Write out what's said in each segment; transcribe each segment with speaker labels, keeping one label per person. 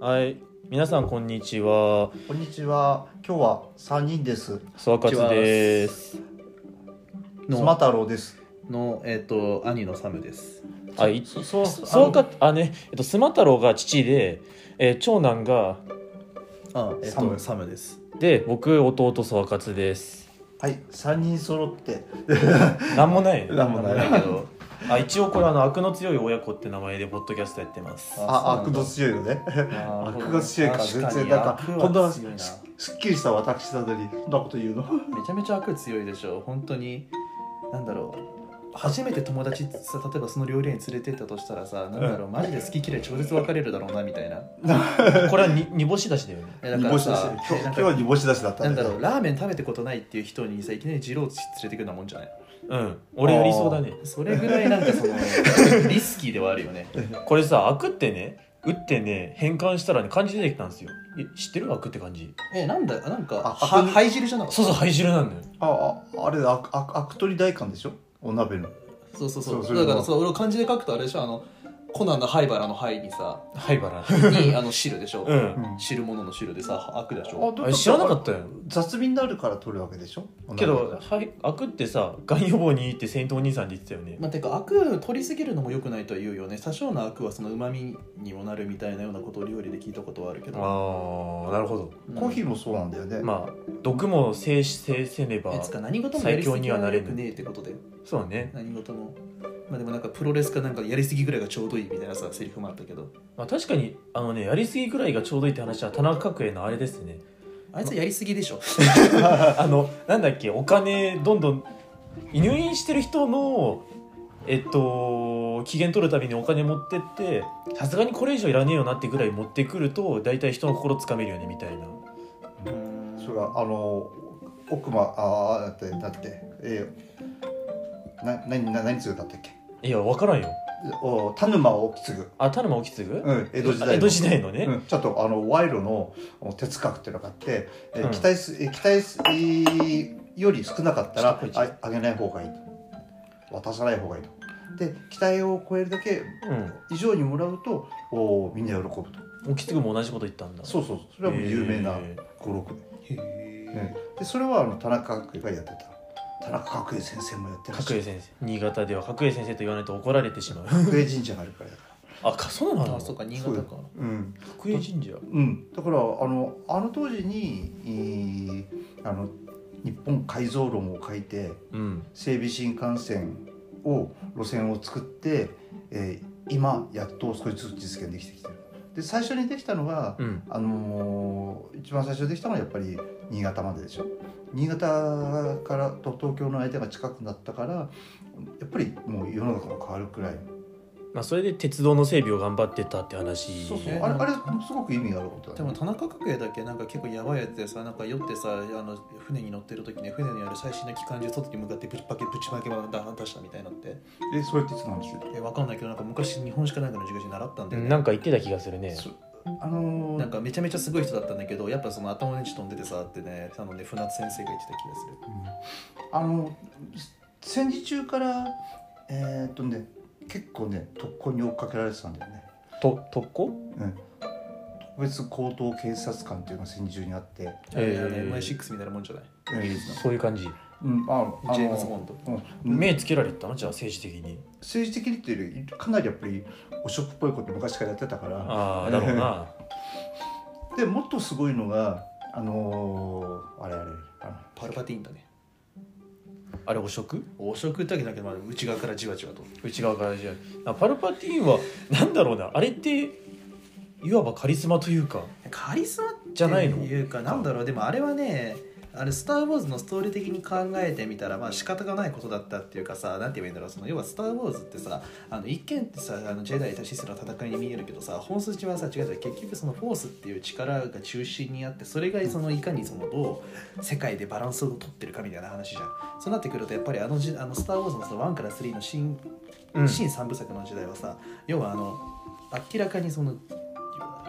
Speaker 1: はい、皆さんこんにちは。
Speaker 2: こんにちは。今日は三人です。
Speaker 1: ソワカツです。
Speaker 2: 妻
Speaker 3: の
Speaker 2: 太郎です。
Speaker 3: のえっ、と兄のサムです。
Speaker 1: あ、い
Speaker 2: そそう
Speaker 1: ソワカあね、えっとスマ太郎が父で、えー長男が
Speaker 3: あ、えっ、
Speaker 2: サム
Speaker 3: とサムです。
Speaker 1: で僕弟ソワカツです。
Speaker 2: はい、三人揃って。
Speaker 1: なんもない。
Speaker 3: なんもないけど。
Speaker 1: あ、一応これあの悪の強い親子って名前でポッドキャストやってます。
Speaker 2: あ、
Speaker 3: そうなんだ
Speaker 2: 悪の強いのね。
Speaker 3: あ
Speaker 2: 悪が強いから全然なんかこんなすすっきりした私なのにこんなこと言うの。
Speaker 3: めちゃめちゃ悪強いでしょ。本当になんだろう。初めて友達さ例えばその料理屋に連れてったとしたらさなんだろうマジで好き嫌い超絶分かれるだろうなみたいな
Speaker 1: これは に煮干しだしだよね。
Speaker 3: えだ
Speaker 2: 煮
Speaker 3: か
Speaker 2: 干
Speaker 3: ら
Speaker 2: し出し
Speaker 3: さ。
Speaker 2: 今日
Speaker 3: え
Speaker 2: 今
Speaker 3: なん
Speaker 2: 日
Speaker 3: か
Speaker 2: は煮干し出しだった
Speaker 3: なん
Speaker 2: ね
Speaker 3: だろうラーメン食べたことないっていう人にさいきなり二郎連れてくるのはもんじゃない
Speaker 1: うん、俺やりそうだね。
Speaker 3: それぐらいなんかそ のリスキーではあるよね
Speaker 1: これさ、悪ってね、打ってね、変換したらね漢字出てきたんですよ。え知ってる悪って漢字。
Speaker 3: えなんだなんか
Speaker 2: あ
Speaker 3: は
Speaker 2: 白
Speaker 3: 灰汁じゃなかっ
Speaker 1: そ
Speaker 3: た
Speaker 1: うそう灰汁なんだよ。
Speaker 2: あ、あ、あれだ、あ、あ、悪取り大官でしょ。お鍋の。
Speaker 3: そうそうそう
Speaker 2: そうそれは
Speaker 3: だからそう俺漢字で書くとあれでしょあのコナンの灰原の灰にさ
Speaker 1: 灰原。
Speaker 3: にあの汁でしょ、
Speaker 1: うん。
Speaker 3: 汁物の汁でさ悪でし
Speaker 2: あ
Speaker 3: ょ
Speaker 2: ど
Speaker 1: あれ知らなかったよ
Speaker 2: 雑味になるから取るわけでしょ。お鍋
Speaker 1: けど、はい、開くってさがん予防にいいってセイントお兄さんで言ってたよね
Speaker 3: まあ、てか悪取りすぎるのも良くないとは言うよね多少の悪はそのうまみにもなるみたいなようなことを料理で聞いたことはあるけ
Speaker 1: あ
Speaker 3: ど
Speaker 1: ーなるほど
Speaker 2: コーヒ
Speaker 3: ー
Speaker 2: ーもそうなんだよね。
Speaker 1: まあ毒も制し制せねば
Speaker 3: いつか何事もやりす
Speaker 1: 最強
Speaker 3: ぎ
Speaker 1: にはな
Speaker 3: は
Speaker 1: れ
Speaker 3: 良
Speaker 1: ぬ
Speaker 3: くねえってことで
Speaker 1: そうね、
Speaker 3: 何事もまあでもなんかプロレスかなんかやりすぎぐらいがちょうどいいみたいなさセリフもあったけど
Speaker 1: まあ、確かにあのねやりすぎくらいがちょうどいいって話は田中角栄のあれです ね
Speaker 3: あいつやりすぎでしょ
Speaker 1: あのなんだっけお金どんどん入院してる人のえっと期限取るたびにお金持ってってさすがにこれ以上いらねえよなってぐらい持ってくると大体人の心つかめるよねみたいな
Speaker 2: それはあの奥間ああだってだってえー、な何何何継ぐだったっけ
Speaker 1: いや分からんよ
Speaker 2: お田沼を継ぐ、
Speaker 1: あ田沼意次、
Speaker 2: うん、江戸時代の
Speaker 1: 江戸時代のね、
Speaker 2: うん、ちょっとあの賄賂のお哲学っていうのがあって、えー
Speaker 1: うん
Speaker 2: 期待すえー期待すえーより少なかったら
Speaker 1: 少な
Speaker 2: ああげない方がいいと渡さない方がいいとで期待を超えるだけ
Speaker 1: うん
Speaker 2: 以上にもらうとおみんな喜ぶと
Speaker 1: おきつぐも同じこと言ったんだ
Speaker 2: そうそうそうそれはもう有名な
Speaker 1: へー
Speaker 2: 語録で,、
Speaker 3: へえ
Speaker 2: でそれはあの田中角栄がやってた田中角栄先生もやってらっしゃ
Speaker 1: 角
Speaker 2: る
Speaker 1: 栄先生新潟では角栄先生と言わないと怒られてしまう
Speaker 2: 角栄神社があるからだか
Speaker 1: あかそうなの
Speaker 3: あそうか新
Speaker 2: そう
Speaker 3: 潟
Speaker 2: よ
Speaker 3: か
Speaker 2: う
Speaker 3: ら
Speaker 2: ん、
Speaker 1: 角栄神社
Speaker 2: うん、だからあのあの当時に、えーあの日本改造論を書いて
Speaker 1: うん
Speaker 2: 整備新幹線を路線を作って、えー今やっと少しずつ実現できてきてるで最初にできたのが、
Speaker 1: うん
Speaker 2: あのー一番最初にできたのはやっぱり新潟まででしょ新潟からと東京の間が近くなったからやっぱりもう世の中が変わるくらい
Speaker 1: まあそれで鉄道の整備を頑張ってたって話
Speaker 2: そうそう
Speaker 3: え
Speaker 2: あれあれすごく意味があることだ、ね、
Speaker 3: でも田中角栄だけなんか結構やばいやつでさなんか酔ってさあの船に乗ってる時に船にある最新の機関銃外に向かってぶちまけぶちまけ出したみたいなって
Speaker 2: えそれっていつの話
Speaker 3: えわかんないけどなんか昔日本史かなんかの授業で習ったんだよね
Speaker 1: なんか言ってた気がするね
Speaker 2: そあのー
Speaker 3: なんかめちゃめちゃすごい人だったんだけどやっぱその頭の位置飛んでてさってねあのね船津先生が言ってた気がする
Speaker 2: あの戦時中からえーっとね結構ね特攻に追っかけられてたんだよね
Speaker 1: と特攻
Speaker 2: 特別高等警察官っていうのが戦時中にあって、
Speaker 1: へー
Speaker 3: あの MI6 みたいなもんじゃない
Speaker 2: えー
Speaker 1: そういう感じ
Speaker 2: うん、あのあ
Speaker 3: ジェームズ・ボ
Speaker 2: の
Speaker 3: ンド
Speaker 2: うん
Speaker 1: 目つけられてたのじゃあ政治的に
Speaker 2: 政治的にっていうよりかなりやっぱり汚職っぽいこと昔からやってたから
Speaker 1: ああだろう な
Speaker 2: でもっとすごいのがあのーあれあれあの
Speaker 3: パルパティーンだね
Speaker 1: あれ汚職
Speaker 3: 汚職ってわけだけど、まあ、内側からじわじわと
Speaker 1: 内側からじゃあパルパティーンはなんだろうなあれっていわばカリスマというか
Speaker 3: カリスマ
Speaker 1: じゃないの
Speaker 3: っていうかなんだろうでもあれはねあれ「スター・ウォーズ」のストーリー的に考えてみたらまあ仕方がないことだったっていうかさなんて言えばいいんだろうその要は「スター・ウォーズ」ってさあの一見ってさあのジェダイとシスの戦いに見えるけどさ本筋はさ違う違う結局そのフォースっていう力が中心にあってそれがそのいかにそのどう世界でバランスを取ってるかみたいな話じゃんそうなってくるとやっぱりあのじあの「スター・ウォーズ」のその1から3の新
Speaker 1: うん
Speaker 3: 新3部作の時代はさ要はあの明らかにその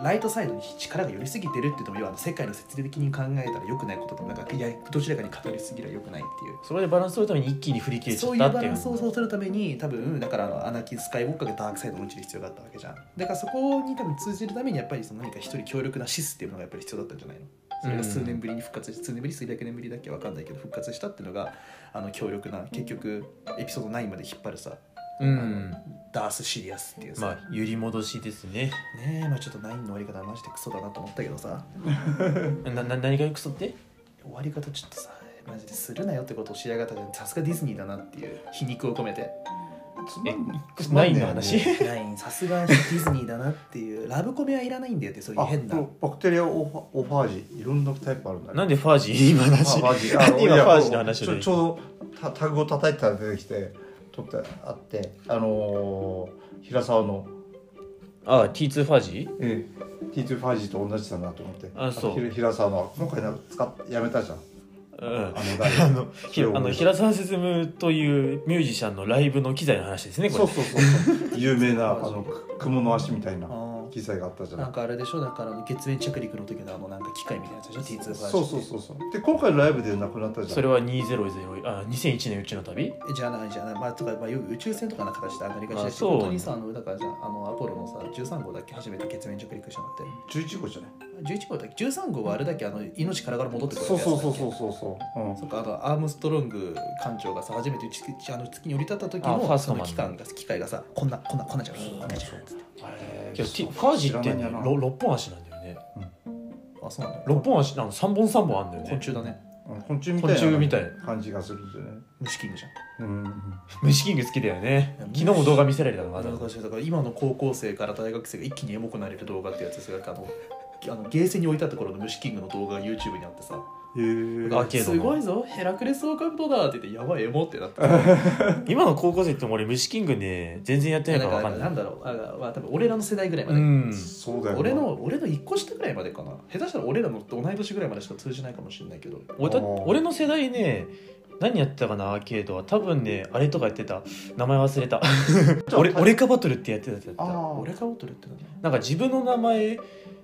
Speaker 3: ライトサイドに力が寄りすぎてるっていうのも要はあの世界の説理的に考えたら良くないこととなんかいやどちらかに偏りすぎれば良くないっていう
Speaker 1: そこでバランス取るために一気に振り切れちゃ
Speaker 3: そ
Speaker 1: っ
Speaker 3: ういう
Speaker 1: た
Speaker 3: バ
Speaker 1: ってい
Speaker 3: ラ
Speaker 1: う
Speaker 3: ンスをそうするために多分だからあのアナキースカイウォーカーがダークサイドに落ちる必要があったわけじゃんだからそこに多分通じるためにやっぱりその何か一人強力なシステムがやっぱり必要だったんじゃないのそれが数年ぶりに復活して数年ぶり数百年ぶりだっけわかんないけど復活したっていうのがあの強力な結局エピソード9まで引っ張るさ、
Speaker 1: うん
Speaker 3: ダースシリアスっていうさ、
Speaker 1: まあ揺り戻しですね
Speaker 3: ねえまあちょっと9の終わり方はマジでクソだなと思ったけどさ
Speaker 1: なな何がよくそって
Speaker 3: 終わり方ちょっとさマジでするなよってことをしやがったじゃんさすがディズニーだなっていう皮肉を込めて
Speaker 2: つまん
Speaker 1: え
Speaker 2: つまんねえ
Speaker 1: ないの話
Speaker 2: もう
Speaker 3: 9さすがディズニーだなっていうラブコメはいらないんだよってそういう
Speaker 2: あ
Speaker 3: 変な
Speaker 2: このバクテリアオファオファージいろんなタイプあるんだね
Speaker 1: なんでファージ今の
Speaker 2: あ
Speaker 1: 話
Speaker 2: ファージあ
Speaker 1: なんで今
Speaker 2: いや
Speaker 1: ファージの話
Speaker 2: ち
Speaker 1: を
Speaker 2: ょちょうどタタグを叩いてたら出てきて撮ってあってあのー、平沢の、
Speaker 1: あ T2 ファージ
Speaker 2: ええ、T2 ファージと同じだなと思って
Speaker 1: あそう
Speaker 2: のひ平沢の今回の使っやめたじゃん
Speaker 1: うん
Speaker 2: あの台
Speaker 1: あのひ
Speaker 2: それを
Speaker 1: あの平沢進むというミュージシャンのライブの機材の話ですねこれ
Speaker 2: そうそうそうそう 有名なあの雲の足みたいな
Speaker 3: あ
Speaker 2: 機材があったじゃ
Speaker 3: ー
Speaker 2: な
Speaker 3: ないんかあれでしょだからあの月面着陸の時のあのなんか機械みたいなやつでしょ T2 ファージ
Speaker 2: そうそうそうそうで今回のライブで亡くなったじゃん
Speaker 1: それは200あ2001年うちの旅
Speaker 3: えじゃないじゃないまあとか、まあ、よく宇宙船とかの形で上がりがちだ
Speaker 1: あ
Speaker 3: し
Speaker 1: そう
Speaker 3: 本当にさあのだからじゃああのアポロのさ13号だっけ初めて月面着陸したのって
Speaker 2: 11個じゃない
Speaker 3: 11号だっけ13号はあれだっけあの命からがら戻ってくる
Speaker 2: そうそう
Speaker 3: やつだ
Speaker 2: そ
Speaker 3: っ
Speaker 2: う
Speaker 3: け
Speaker 2: そうそうそう、うん、
Speaker 3: そっかあのアームストロング艦長がさ初めて月あの月に降り立った時
Speaker 1: あファー
Speaker 3: の
Speaker 1: スト
Speaker 3: そ
Speaker 1: マン
Speaker 3: の
Speaker 1: の
Speaker 3: 機関が機械がさこんなこんなこんなじゃんこんなじゃん
Speaker 1: けど T ファージって、ね、ろ6本足なんだよね
Speaker 3: あそうなんだ
Speaker 1: 6本足あの3本3本あんだよ
Speaker 3: 昆
Speaker 1: ね
Speaker 3: 虫だね
Speaker 2: うん昆虫み
Speaker 1: 昆
Speaker 2: たいな
Speaker 1: 虫みたいな
Speaker 2: 感じがするんですよね
Speaker 3: 虫キングじゃん
Speaker 2: うん
Speaker 1: 虫キング好きだよね
Speaker 3: いや
Speaker 1: 昨日も動画見せられたのわざわざ
Speaker 3: 難しいだから今の高校生から大学生が一気にエモくなれる動画ってやつですよあのあのゲーセンに置いたところの虫キングの動画が YouTube にあってさ
Speaker 2: へえ
Speaker 1: アーケードの
Speaker 3: すごいぞヘラクレスオーカントだって言ってやばいエモってなった
Speaker 1: 今の高校生って俺虫キングね全然やってないから分かん
Speaker 3: な
Speaker 1: ない
Speaker 3: んだろうあ、まあ、多分俺らの世代ぐらいま
Speaker 1: う
Speaker 3: で、
Speaker 1: ん
Speaker 2: そうだよな
Speaker 3: 俺の俺の一個下ぐらいまでかな下手したら俺らの同い年ぐらいまでしか通じないかもしれないけど
Speaker 1: 俺だ
Speaker 2: あー
Speaker 1: 俺の世代ね何やってたかなアーケードは多分ねあれとかやってた名前忘れ た俺俺かバトルってやってたやつだった
Speaker 2: あー
Speaker 3: 俺がオトルって何
Speaker 1: なんか自分の名前、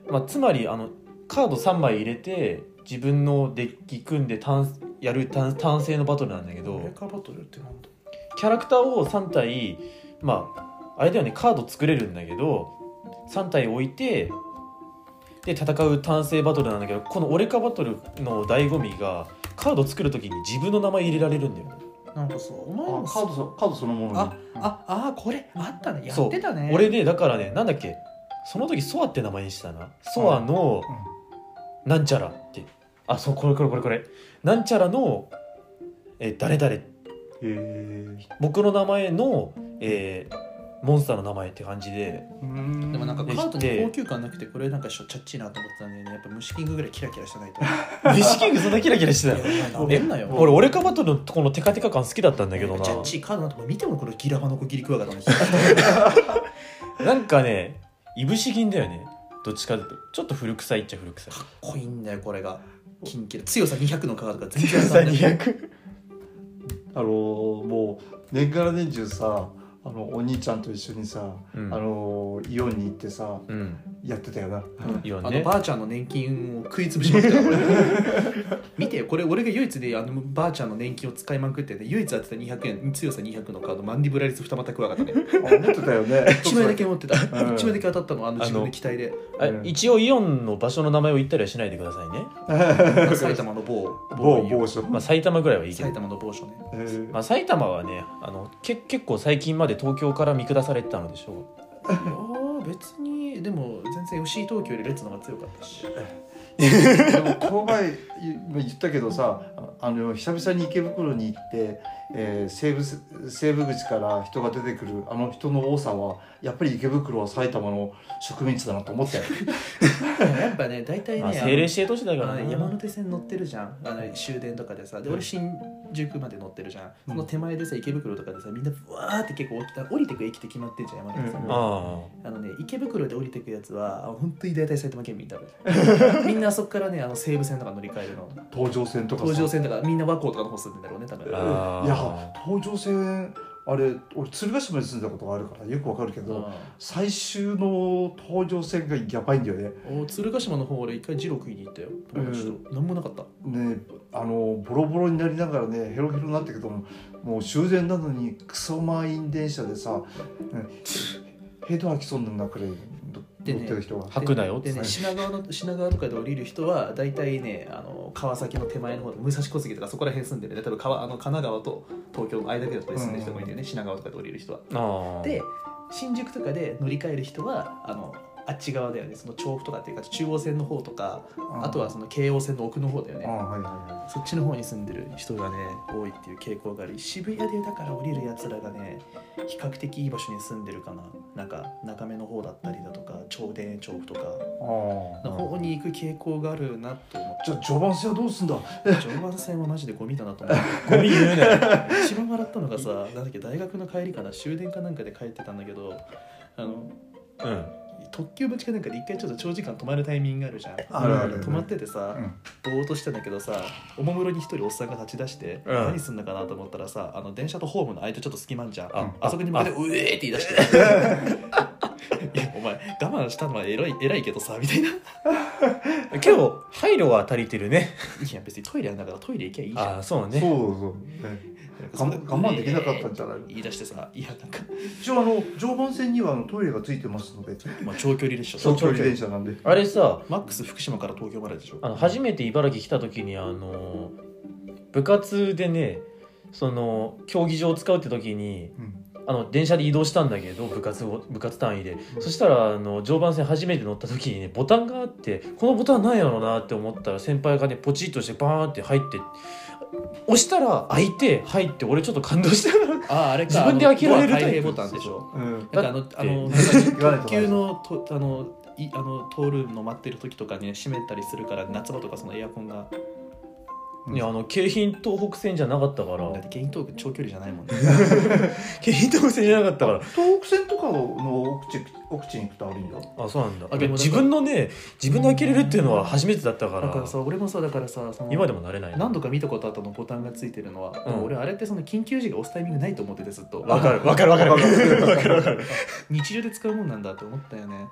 Speaker 1: まあ、つまりあのカード3枚入れて自分のデッキ組んで単やる単単性のバトルなんだけ
Speaker 3: 俺
Speaker 1: ど
Speaker 3: がバトルってなんだ
Speaker 1: キャラクターを3体まああれだよねカード作れるんだけど3体置いてで戦う単性バトルなんだけどこの「俺かバトル」の醍醐味がカード作る時に自分の名前入れられるんだよね
Speaker 3: なんかさお前
Speaker 2: あ
Speaker 3: も
Speaker 2: カードそカードそのものに
Speaker 3: あああこれあったねや
Speaker 1: そう
Speaker 3: ってたね
Speaker 1: 俺ねだからねなんだっけその時ソアって名前にしてたなソアのなんちゃらってあそうこれこれこれこれなんちゃらのえー誰々
Speaker 2: うんへえ
Speaker 1: 僕の名前の、えーモンスターの名前って感じで
Speaker 2: うん
Speaker 3: でもなんかカ
Speaker 1: ね
Speaker 3: ード
Speaker 1: 知って
Speaker 3: に高級感なくてこれなんかちょちゃっちいなと思ってたんだよねやっぱ虫キングぐらいキラキラしてないとい
Speaker 1: ビシキングそんなキラキラして
Speaker 3: や
Speaker 1: たよ
Speaker 3: お前なめんなよ
Speaker 1: 俺俺かバトルのこのテカテカ感好きだったんだけどな
Speaker 3: ジャッジカードなんて見てもこのギラファのコギリクワガタの
Speaker 1: なんかねいぶし銀だよねどっちかというとちょっと古臭いっちゃ古臭い
Speaker 3: 濃いんだよこれが金キラ強さ200のカードが全
Speaker 1: 強
Speaker 3: 然当
Speaker 1: さ
Speaker 3: たんない
Speaker 1: 200
Speaker 2: あのーもう年がら年中さあのお兄ちゃんと一緒にさ、
Speaker 1: うん
Speaker 2: あのーイオンに行ってさ
Speaker 1: うん
Speaker 2: やってたよな
Speaker 1: イオン
Speaker 3: あ
Speaker 1: ね
Speaker 3: のばあちゃんの年金を食い潰しまくってたこれ 見てよこれ俺が唯一であのばあちゃんの年金を使いまくってて唯一当てた200円強さ200のカードマンディブラリス二股クワガタね
Speaker 2: あ思ってたよね
Speaker 3: 1枚だけ持ってた
Speaker 2: ん
Speaker 3: 1枚だけ当たったのあの自分で期待で
Speaker 1: あ一応イオンの場所の名前を言ったりはしないでくださいね、
Speaker 3: まあ埼玉の某
Speaker 2: 某
Speaker 3: 某
Speaker 2: 某所、
Speaker 1: まあ、埼玉ぐらいはいいけど
Speaker 3: 埼玉の某所ね
Speaker 2: えー
Speaker 1: まあ、埼玉はねあのけ結構最近まで東京から見下されてたのでしょう
Speaker 3: いやー別にでも全然吉井東京よりレッツの方が強かったし
Speaker 2: でもこの前言ったけどさあの久々に池袋に行って、えー西武西武口から人が出てくるあの人の多さはやっぱり池袋は埼玉の植民地だなと思 ったよ
Speaker 3: やっぱね大体ね、
Speaker 1: まあ、
Speaker 3: あの
Speaker 1: 政令指定都市だから
Speaker 3: あの
Speaker 1: ね
Speaker 3: 山手線乗ってるじゃんあの終電とかでさで俺新宿まで乗ってるじゃん、その手前でさ池袋とかでさみんなうわーって結構起きた降りてく駅って決まってんじゃん山手線、
Speaker 2: うんうん
Speaker 1: あ
Speaker 3: あのね池袋で降りてくやつはあ本当に大体埼玉県民だねみんなあそこからねあの西武線とか乗り換えるの
Speaker 2: 東上線とかさ
Speaker 3: 東上線とかみんな和光とかの方住んでんだろうね多分
Speaker 1: あ
Speaker 2: いや東上線あれ俺鶴ヶ島に住んだことがあるからよくわかるけど、最終の東上線がやばいんだよね
Speaker 3: お鶴ヶ島の方俺一回ジロ食いに行ったよ友達と、なん、もなかった
Speaker 2: ねあのボロボロになりながらねヘロヘロになったけどももう終電なのにクソ満員電車でさ、うんヘッド吐きそうになるなくらい乗って
Speaker 3: でね
Speaker 2: る人が。
Speaker 1: 吐くなよっ
Speaker 3: で
Speaker 1: て
Speaker 3: ね品川の品川とかで降りる人は大体ねあの川崎の手前の方武蔵小杉とかそこら辺住んでるね例えば川あの神奈川と東京の間ぐらいだったり住んでる人もいるよね、品川とかで降りる人は。
Speaker 1: ああ
Speaker 3: で新宿とかで乗り換える人はあのあっち側だよねその調布とかっていうか中央線の方とか
Speaker 2: うん
Speaker 3: あとはその京王線の奥の方だよね、
Speaker 2: あはいはいはい
Speaker 3: そっちの方に住んでる人がね多いっていう傾向があり渋谷でだから降りるやつらがね比較的いい場所に住んでるかななんか中目の方だったりだとか超田園調布とか
Speaker 2: あ
Speaker 3: の
Speaker 2: ー
Speaker 3: 方に行く傾向があるなと思っ
Speaker 2: じゃあ序盤戦はどうすんだ
Speaker 3: て常磐線はマジでゴミだなと思って
Speaker 1: ゴミ言うね
Speaker 3: 一番笑ったのがさなんだっけ大学の帰りかな終電かなんかで帰ってたんだけどあの
Speaker 1: うん
Speaker 3: 特急待ちかなんかで一回ちょっと長時間止まるタイミングがあるじゃん
Speaker 2: あるある
Speaker 3: 止まっててさ、
Speaker 2: うん
Speaker 3: ぼーっとしてんだけどさおもむろに一人おっさんが立ち出して、
Speaker 1: うん
Speaker 3: 何すんだかなと思ったらさあの電車とホームの間ちょっと隙間あんじゃん、
Speaker 1: あ
Speaker 3: あそこに向かって「
Speaker 1: あ
Speaker 3: うえー」って言い出して「いやお前我慢したのは偉い偉いけどさ」みたいな「い
Speaker 1: 今日配慮は足りてるね
Speaker 3: や別にトイレなんだからトイレ行きゃいいじゃん
Speaker 1: ああそう
Speaker 2: そう
Speaker 1: ね
Speaker 2: そう、ね、」
Speaker 3: そんな
Speaker 2: 我慢我慢できなかったんじゃない
Speaker 3: えー言い出してさ「いやなんか、
Speaker 2: 一応あの常磐線にはあのトイレがついてますので
Speaker 3: まあ、長距離列車
Speaker 2: 長距
Speaker 1: 長距
Speaker 2: 離
Speaker 1: 離
Speaker 2: 電車なんで
Speaker 1: あれさ
Speaker 3: マックス福島から東京まででしょ
Speaker 1: あの初めて茨城来た時にあの部活でねその競技場を使うって時に
Speaker 2: うん
Speaker 1: あの電車で移動したんだけど部活を部活単位でそしたらあの常磐線初めて乗った時にねボタンがあってこのボタンなんやろうなって思ったら先輩がねポチッとしてバーンって入って押したら開いて入って俺ちょっと感動したから
Speaker 3: あああれか
Speaker 1: 自分で開けられるタイプ
Speaker 3: あのドア開閉ボタンでしょ
Speaker 2: うん
Speaker 3: なんかあのあの
Speaker 1: だっ
Speaker 3: 特急のとあのいあの通るの待ってる時とかに、ね、閉めたりするから夏場とかそのエアコンが
Speaker 1: ねあの京浜東北線じゃなかったから
Speaker 3: だってゲイントーク長距離じゃないもんね
Speaker 1: 京浜東北線じゃなかったから
Speaker 2: 東北線とかの奥地奥地に行くとあるんだ
Speaker 1: あそうなんだ
Speaker 3: あでもなんか
Speaker 1: 自分のね自分で開けれるっていうのは初めてだったか
Speaker 3: だ
Speaker 1: ら
Speaker 3: からさ俺もさだからさその
Speaker 1: 今でもなれない
Speaker 3: 何度か見たことあったのボタンがついてるのは、でも俺あれってその緊急時が押すタイミングないと思っててずっと
Speaker 1: わかるわかるわかるわかるわかるわかる
Speaker 3: 日常で使うもんなんだと思ったよね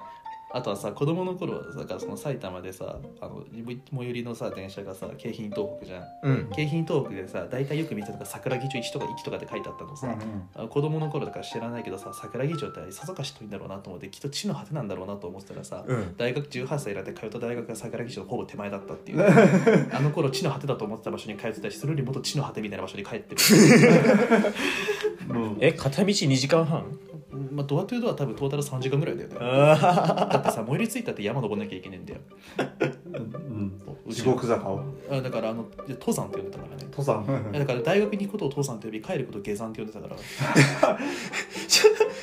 Speaker 3: あとはさ子供の頃はだからその埼玉でさあの最寄りのさ電車がさ京浜東北じゃん
Speaker 1: うん
Speaker 3: 京浜東北でさ大体よく見てたのが桜木町1とか1とかって書いてあったのさ、あ子供の頃だから知らないけどさ桜木町ってあれさぞかし遠いんだろうなと思ってきっと地の果てなんだろうなと思ってたらさ、
Speaker 1: うん
Speaker 3: 大学18歳になって通った大学が桜木町のほぼ手前だったっていうあの頃地の果てだと思ってた場所に通ってたしそれよりもっと地の果てみたいな場所に帰ってる
Speaker 2: うん
Speaker 1: え片道2時間半
Speaker 3: まあドアトゥードア多分トータル3時間ぐらいだよね
Speaker 1: あ
Speaker 3: だってさ最寄り着いたって山登んなきゃいけねえんだよ
Speaker 2: うん
Speaker 3: うち
Speaker 2: 地獄坂を
Speaker 3: あだからあのいや登山って呼んでたからね
Speaker 2: 登山
Speaker 3: いやだから大学に行くことを登山って呼び帰ることを下山って呼んでたから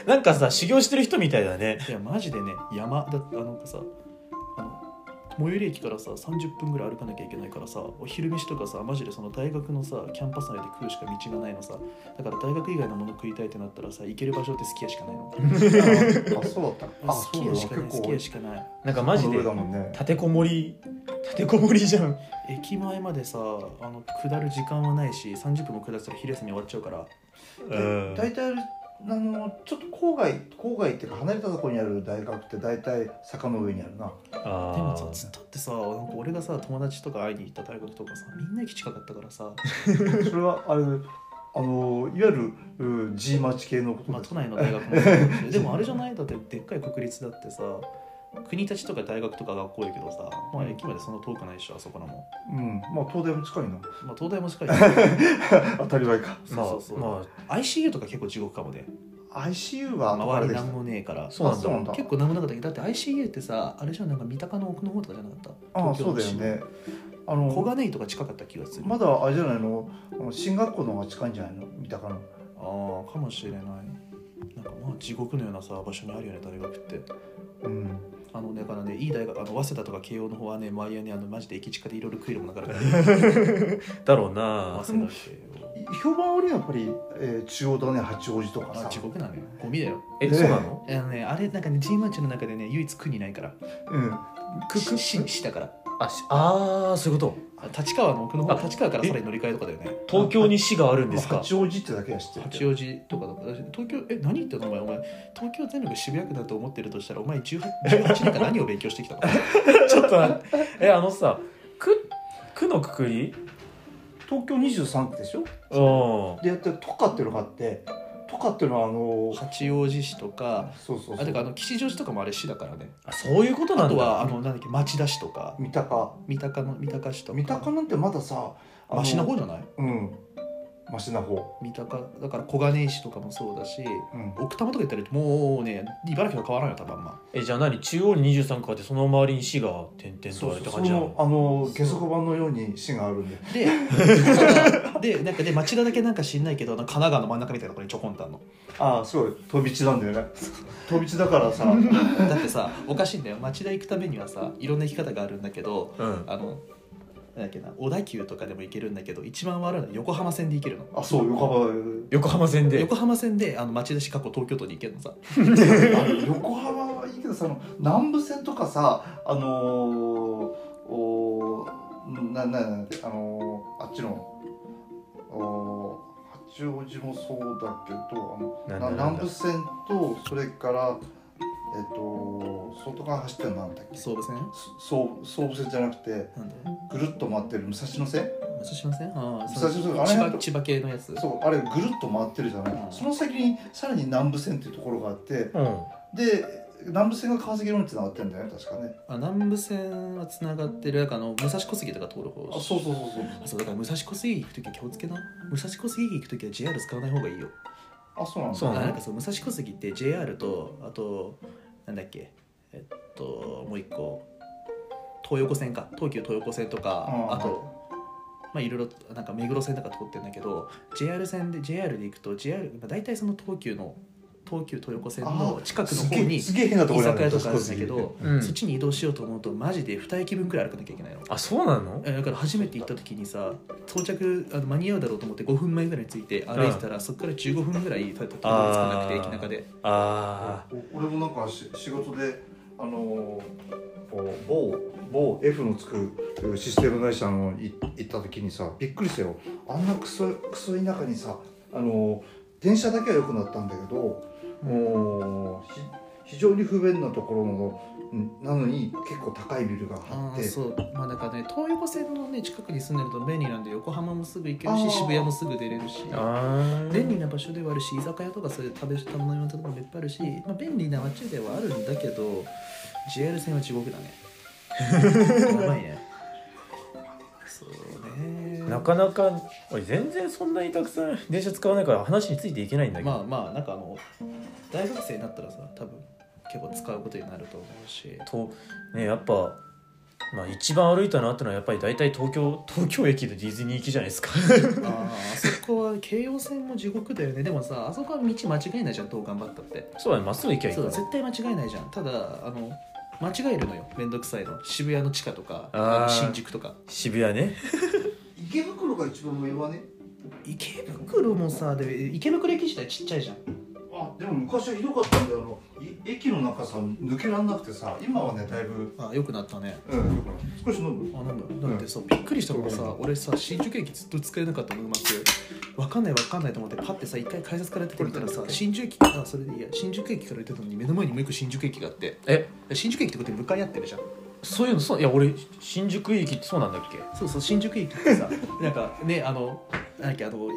Speaker 1: ーなんかさ修行してる人みたいだね
Speaker 3: いやマジでね山だってあなんかさあの最寄り駅からさ30分ぐらい歩かなきゃいけないからさお昼飯とかさマジでその大学のさキャンパス内で食うしか道がないのさだから大学以外のもの食いたいってなったらさ行ける場所ってすき家しかないの
Speaker 2: あそうだったあ
Speaker 3: す
Speaker 2: そう
Speaker 3: き
Speaker 2: だ
Speaker 3: 家
Speaker 2: な
Speaker 3: し
Speaker 2: 結
Speaker 3: かないすき
Speaker 2: 構
Speaker 3: 家しかない
Speaker 1: なんかマジで
Speaker 2: 上だもんね
Speaker 1: 立てこもり立てこもりじゃん
Speaker 3: 駅前までさあの下る時間はないし30分も下ったら昼休み終わっちゃうから
Speaker 1: うん
Speaker 2: 大体あのちょっと郊外郊外っていうか離れたところにある大学って大体坂の上にあるな
Speaker 3: でも
Speaker 1: あ
Speaker 3: さ
Speaker 1: ー
Speaker 3: ずっとってさなんか俺がさ友達とか会いに行った大学とかさみんな駅近かったから さ
Speaker 2: それはあれ あのいわゆるうん G マチ系のこと
Speaker 3: まあ、
Speaker 2: です
Speaker 3: 都内の大学もそうだ しでもあれじゃないだってでっかい国立だってさ国立とか大学とか学校やけどさ、まあ、駅までそんな遠くないでしょあそこらも、
Speaker 2: うんまあ東大も近いな
Speaker 3: まあ、東大も近いし
Speaker 2: 当たり前か
Speaker 3: そうそうそう、
Speaker 1: ま
Speaker 3: ICU とか結構地獄かもね
Speaker 2: ICU はあ
Speaker 3: 周
Speaker 2: れ
Speaker 3: り
Speaker 2: で
Speaker 3: な
Speaker 2: す
Speaker 3: んもねえから
Speaker 1: そうなんだ
Speaker 2: そうなんだ
Speaker 3: 結構なんもなかったけどだって ICU ってさあれじゃんなんか三鷹の奥の方とかじゃなかった
Speaker 2: ああ
Speaker 3: 東京
Speaker 2: そう
Speaker 3: の
Speaker 2: だよねあの
Speaker 3: 小金井とか近かった気がする、
Speaker 2: まだあれじゃないのあの進学校の方が近いんじゃないの三鷹の
Speaker 3: ああかもしれないなんかまあ地獄のようなさ場所にあるよね大学って
Speaker 2: うん
Speaker 3: あのだからねいい大学あの早稲田とか慶応の方はね毎夜ねあのマジで駅近でいろいろ食いるもんだから
Speaker 1: だろうな
Speaker 3: 早稲田慶応
Speaker 2: 評判悪いのはやっぱり、えー中央とね八王子とか
Speaker 3: あ
Speaker 2: さ
Speaker 3: 地獄なのよゴミだよ
Speaker 1: えそうなの
Speaker 3: あのねあれなんかね G マッチの中でね唯一区にないから
Speaker 2: うん
Speaker 3: 区区市市だから
Speaker 1: あしあーそういうこ
Speaker 3: 立川の奥の
Speaker 1: あ
Speaker 3: 方立川からさらに乗り換えとかだよね
Speaker 1: 東京に市があるんです
Speaker 2: まあ
Speaker 1: か
Speaker 2: 八王子ってだけは知ってるけ
Speaker 3: 八
Speaker 2: ど
Speaker 3: 王子とかだから東京え何言ってんのお前お前東京全部渋谷区だと思ってるとしたらお前 18, 18年間何を勉強してき たの
Speaker 1: ちょっと待ってえあのさ区区のくくり
Speaker 2: 東京23区でしょ
Speaker 1: うん
Speaker 2: でやって都下っていうのがあって都下っていうのはあの
Speaker 3: 八王子市とか
Speaker 2: そうそうそ
Speaker 3: あて
Speaker 2: う
Speaker 3: かあの吉祥寺とかもあれ市だからね
Speaker 1: あそういうことな
Speaker 3: あ
Speaker 1: んだ
Speaker 3: とはあのなんだっけ町田市とか
Speaker 2: 三鷹
Speaker 3: 三鷹の三鷹市とか
Speaker 2: 三鷹なんてまださあの
Speaker 3: マシな方じゃない
Speaker 2: うんマシな方
Speaker 3: 三鷹だから小金井市とかもそうだし
Speaker 2: うん
Speaker 3: 奥多摩とか行ったらもうね茨城と変わらんよ多分あんま
Speaker 1: えじゃあ何中央に23区あってその周りに市が点々とあるって
Speaker 2: そ
Speaker 1: 感じなの
Speaker 2: のあの下足版のように市があるんで
Speaker 3: でで なんかで町田だけなんか知んないけどあの神奈川の真ん中みたいなところにちょこんたんの
Speaker 2: ああすごい飛び地なんだよね飛び地だからさ
Speaker 3: だってさおかしいんだよ町田行くためにはさいろんな行き方があるんだけど
Speaker 1: うん
Speaker 3: あのなんだっけな小田急とかでも行けるんだけど一番悪いのは横浜線で行けるの
Speaker 2: あそう横浜
Speaker 1: 横浜線で
Speaker 3: 横浜線であの町田市過去東京都に行けるのさ
Speaker 2: あの横浜はいいけどさあの南部線とかさあのー、おーなななあのー、あっちのおー八王子もそうだけど
Speaker 1: な
Speaker 2: あのなん
Speaker 1: だなん
Speaker 2: 南
Speaker 1: だ
Speaker 2: 部線とそれからえっ、と外側走ってるのなんだっけ
Speaker 3: 総武線
Speaker 2: そ総武総武線じゃなくて
Speaker 3: なんだ
Speaker 2: ぐるっと回ってる武蔵野線
Speaker 3: 武蔵野線ああ
Speaker 2: 武蔵野線あれ
Speaker 3: 千葉千葉系のやつ
Speaker 2: そうあれぐるっと回ってるじゃない、
Speaker 3: うん
Speaker 2: その先にさらに南部線っていうところがあって
Speaker 1: うん
Speaker 2: で南部線が川崎路につながってるんだよね確かね
Speaker 3: あ南部線はつながってるなんかあの武蔵小杉とか通る方
Speaker 2: あそうそうそうそう
Speaker 3: あそうだから武蔵小杉行く時は気をつけな武蔵小杉駅行く時は JR 使わない方がいいよ
Speaker 2: あそうなんだ
Speaker 1: そう
Speaker 3: あ
Speaker 1: なの
Speaker 3: なんかそう武蔵小杉って JR とあとなんだっけえっともう一個東横線か東急東横線とか
Speaker 2: うん
Speaker 3: あとまあいろいろなんか目黒線とか通ってんだけど JR 線で JR で行くと JR まあ大体その東急の東急東横線の近くの
Speaker 2: す
Speaker 3: 方
Speaker 2: げえ
Speaker 3: に居
Speaker 2: すげえ変なところ
Speaker 3: 酒屋とかあ
Speaker 2: 確に
Speaker 3: るんだけど、
Speaker 1: うん
Speaker 3: そっちに移動しようと思うとマジで2駅分くらい歩かなきゃいけないの。
Speaker 1: あそうなの
Speaker 3: えだから初めて行った時にさ到着あの間に合うだろうと思って5分前ぐらいに着いて歩いてたら、そこから15分ぐらいたたどり着かなくて
Speaker 1: あー
Speaker 3: 駅中で
Speaker 1: あ
Speaker 2: お俺もなんかし仕事であのーお某某 F のつくシステム会社のい行った時にさびっくりしたよあんなクソクソ田舎にさあのー電車だけは良くなったんだけど、もうひ非常に不便なところのんなのに結構高いビルが
Speaker 3: あ
Speaker 2: あっ
Speaker 3: ー
Speaker 2: て
Speaker 3: そうまあなんかね東横線のね近くに住んでると便利なんで横浜もすぐ行ける
Speaker 2: あー
Speaker 3: し渋谷もすぐ出れるし
Speaker 1: ーあ
Speaker 3: 便利な場所ではあるし居酒屋とかそういう食べ頼み物とかもいっぱいあるし、まあ、便利な街ではあるんだけど JR 線は地獄 だねやばいねそうね
Speaker 1: なかなかおい全然そんなにたくさん電車使わないから話についていけないんだけど、
Speaker 3: まあまあなんかあの大学生になったらさ多分結構使うことになると思 うし
Speaker 1: とねやっぱ、まあ、一番歩いたなってのはやっぱり大体東京東京駅でディズニー行きじゃない ですか
Speaker 3: ああそこは京葉線も地獄だよねでもさあそこは道間違えないじゃんどう頑張ったって
Speaker 1: そうだねまっすぐ行きゃいい
Speaker 3: そ
Speaker 1: か
Speaker 3: う
Speaker 1: ら
Speaker 3: 絶対間違えないじゃんただあの間違えるのよめんどくさいの渋谷の地下とか
Speaker 1: あー
Speaker 3: 新宿とか
Speaker 1: 渋谷ね
Speaker 2: 池袋が一番上はね
Speaker 3: 池袋もさで池袋駅自体ちっちゃいじゃん
Speaker 2: あでも昔はひどかったんだよあのい駅の中さ抜けられなくてさ今はねだいぶ、
Speaker 3: あよくなったね
Speaker 2: うん、少し飲む
Speaker 3: あなんだだってさびっくりしたのがさ、俺さ新宿駅ずっと使えなかったのうまくわかんないわかんないと思ってパッてさ一回改札から出てみたらさ新宿駅あそれでいいや新宿駅から出たのに目の前にもう一個新宿駅があって
Speaker 1: え
Speaker 3: 新宿駅ってことに向かい合ってるじゃん
Speaker 1: そういうのそういや俺新宿駅ってそうなんだっけ
Speaker 3: そうそう新宿駅 ってさなんかねあのなんだっけあの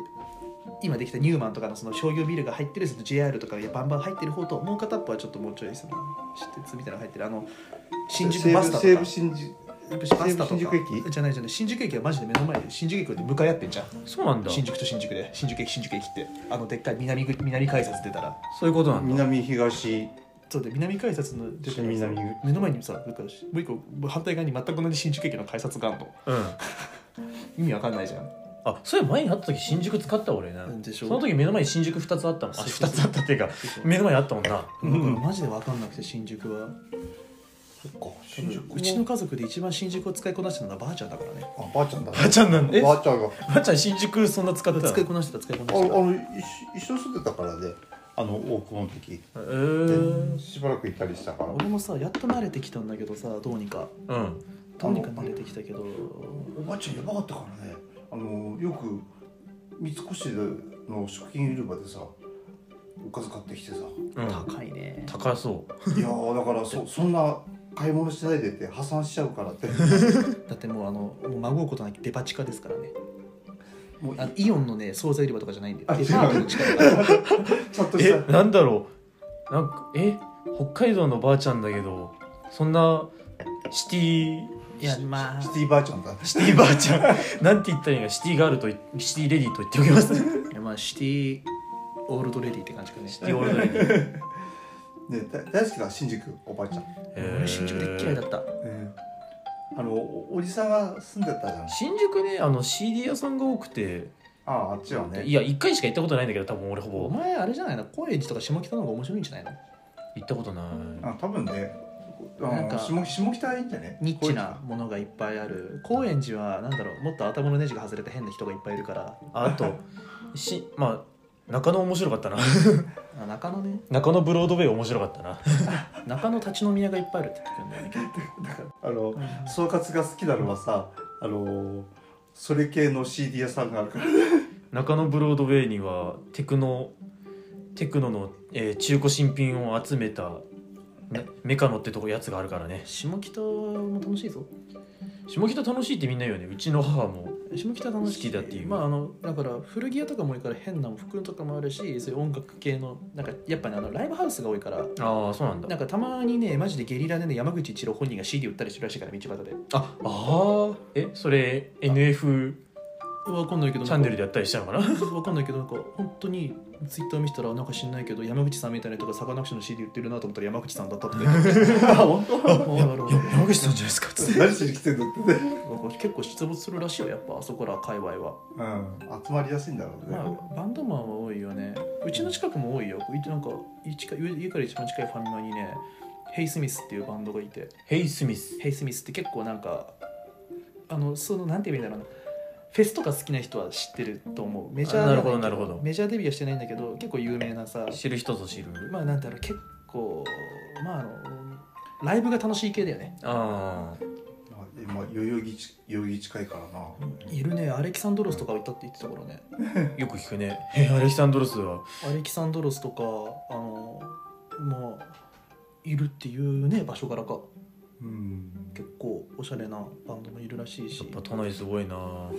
Speaker 3: 今できたニューマンとかのその商業ビルが入ってるその JR とかがバンバン入ってる方ともう片っぽはちょっともうちょいその私鉄みたいなの入ってるあの新宿バスタとか
Speaker 2: 西武西武新宿
Speaker 3: バスタと
Speaker 2: 西
Speaker 3: か
Speaker 2: 武新宿駅
Speaker 3: じゃないじゃない新宿駅はマジで目の前で新宿駅で向かい合ってんじゃん
Speaker 1: そうなんだ
Speaker 3: 新宿と新宿で新宿駅新宿駅ってあのでっかい南口南改札出たら
Speaker 1: そういうことなんだ
Speaker 2: 南東
Speaker 3: そうで南改札の出たらさ
Speaker 2: 南口
Speaker 3: 目の前にさなんかもう一個反対側に全く同じ新宿駅の改札があんの
Speaker 1: うん
Speaker 3: 意味わかんないじゃん
Speaker 1: あそういえば前に会った時新宿使った俺な
Speaker 3: うんでし
Speaker 1: そ
Speaker 3: ょ
Speaker 1: の時目の前に新宿2つあったもんあ
Speaker 3: そう
Speaker 1: 2つあったっていうか
Speaker 3: そう
Speaker 1: 目の前にあったもんな
Speaker 3: だからマジでわかんなくて新宿は
Speaker 2: そっか
Speaker 3: 多分うちの家族で一番新宿を使いこなしてたのはばあちゃんだからね
Speaker 2: あばあちゃんだ
Speaker 1: ばあちゃんなんで
Speaker 2: ば
Speaker 1: ば
Speaker 2: あちゃんがあ
Speaker 1: あちゃん新宿そんな使ってた
Speaker 3: 使い
Speaker 1: の
Speaker 3: こなしてた使いこな
Speaker 2: あ
Speaker 3: してた
Speaker 2: の一緒一緒に住んでたからねあの大久保の時
Speaker 1: えー
Speaker 2: しばらくいたりしたから
Speaker 3: 俺もさやっと慣れてきたんだけどさどうにか
Speaker 1: うん
Speaker 3: どうにか慣れてきたけど
Speaker 2: おばあちゃんやばかったからねあのよく三越の食品売り場でさおかず買ってきて さい
Speaker 1: うん、
Speaker 3: 高いね
Speaker 1: 高そう
Speaker 2: やーだからそそんな買い物しないでって破産しちゃうからって
Speaker 3: だってもうあのもうまごうことなきデパ地下ですからね
Speaker 2: もうい
Speaker 3: あのイオンのね惣菜売り場とかじゃないんでデパ
Speaker 2: あ違う
Speaker 3: ートの近くだから
Speaker 2: ちゃんとし
Speaker 1: え
Speaker 2: た
Speaker 1: なんだろうなんかえ北海道のばあちゃんだけどそんなシティ
Speaker 3: いやまあ
Speaker 2: シティばあちゃんだ
Speaker 1: シティばあちゃんなんて言ったらいいのかシティガールといシティレディと言っておき ますシ
Speaker 3: いやまあシティオールドレディって感じかね
Speaker 1: ティオールドレディ
Speaker 2: ねだ大好きだ新宿おばあちゃん、
Speaker 3: 俺新宿で嫌いだった
Speaker 2: あのおおじさんが住んでたじゃん
Speaker 1: 新宿ねあの CD 屋さんが多くて
Speaker 2: あああっちはね
Speaker 1: いや1回しか行ったことないんだけど多分俺ほ
Speaker 3: お
Speaker 1: ぼ
Speaker 3: 前あれじゃないの高円寺とか下北の方が面白いんじゃないの
Speaker 1: 行ったことない
Speaker 2: あ多分ねあの
Speaker 3: なんか
Speaker 2: 下下北いいんじゃね
Speaker 3: ニッチなものがいっぱいある高円寺はなんだろうもっと頭のネジが外れた変な人がいっぱいいるから
Speaker 1: ああとしまあ中野面白かったな
Speaker 3: あ中野ね
Speaker 1: 中野ブロードウェイ面白かったな
Speaker 3: 中野立ち飲み屋がいっぱいあるって聞くんだよね
Speaker 2: あの総括が好きなのはさあのそれ系の CD 屋さんがあるから
Speaker 1: 中野ブロードウェイにはテクノテクノの、えー中古新品を集めた、ねメカノってとこやつがあるからね
Speaker 3: 下北も楽しいぞ
Speaker 1: 下北楽しいってみんな言うよねうちの母も
Speaker 3: 下北楽しい
Speaker 1: 好きだっていう
Speaker 3: まああのだから古着屋とかも多いから変な服とかもあるしそういう音楽系のなんかやっぱねあのライブハウスが多いから
Speaker 1: ああそうなんだ
Speaker 3: なんかたまにねマジでゲリラでね山口一郎本人が CD 売ったりしてるらしいから道端で
Speaker 1: ああーえそれ NF
Speaker 3: わかんないけど
Speaker 1: チャンネルでやったりしたのかな
Speaker 3: わかんないけどなんか本当にツイッター見せたらなんか知んないけど山口さんみたいな人がサカナクションの CD 売ってるなと思ったら山口さん だったとか言って
Speaker 2: 本当
Speaker 1: 山口さんじゃないですかつって
Speaker 2: 何しに来てんだってね、
Speaker 3: 結構出没するらしいよやっぱあそこら界隈は、
Speaker 2: うん、集まりやすいんだろうね、
Speaker 3: まあ、バンドマンは多いよねうちの近くも多いようちなんか一か家から一番近いファミマにねヘイスミスっていうバンドがいて
Speaker 1: ヘイスミス
Speaker 3: ヘイスミスって結構なんかあのそのなんて言えばいいんだろうなフェスとか好きな人は知ってると思うメジャー
Speaker 1: あ
Speaker 3: で
Speaker 1: なる
Speaker 3: はいけ
Speaker 1: ほどなるほど
Speaker 3: メジャーデビューはしてないんだけど結構有名なさ
Speaker 1: 知る人ぞ知る
Speaker 3: まあなんだろう結構まああのライブが楽しい系だよね
Speaker 1: あ
Speaker 2: まあ、今代々木ち代々木近いからない
Speaker 3: るねアレキサンドロスとかいたって言ってたからね
Speaker 1: あよく聞くね えアレキサンドロスは
Speaker 3: アレキサンドロスとかあのまあいるっていうね場所からか
Speaker 2: うん
Speaker 3: 結構おしゃれなバンドもいるらしいし
Speaker 1: やっぱ都内すごいな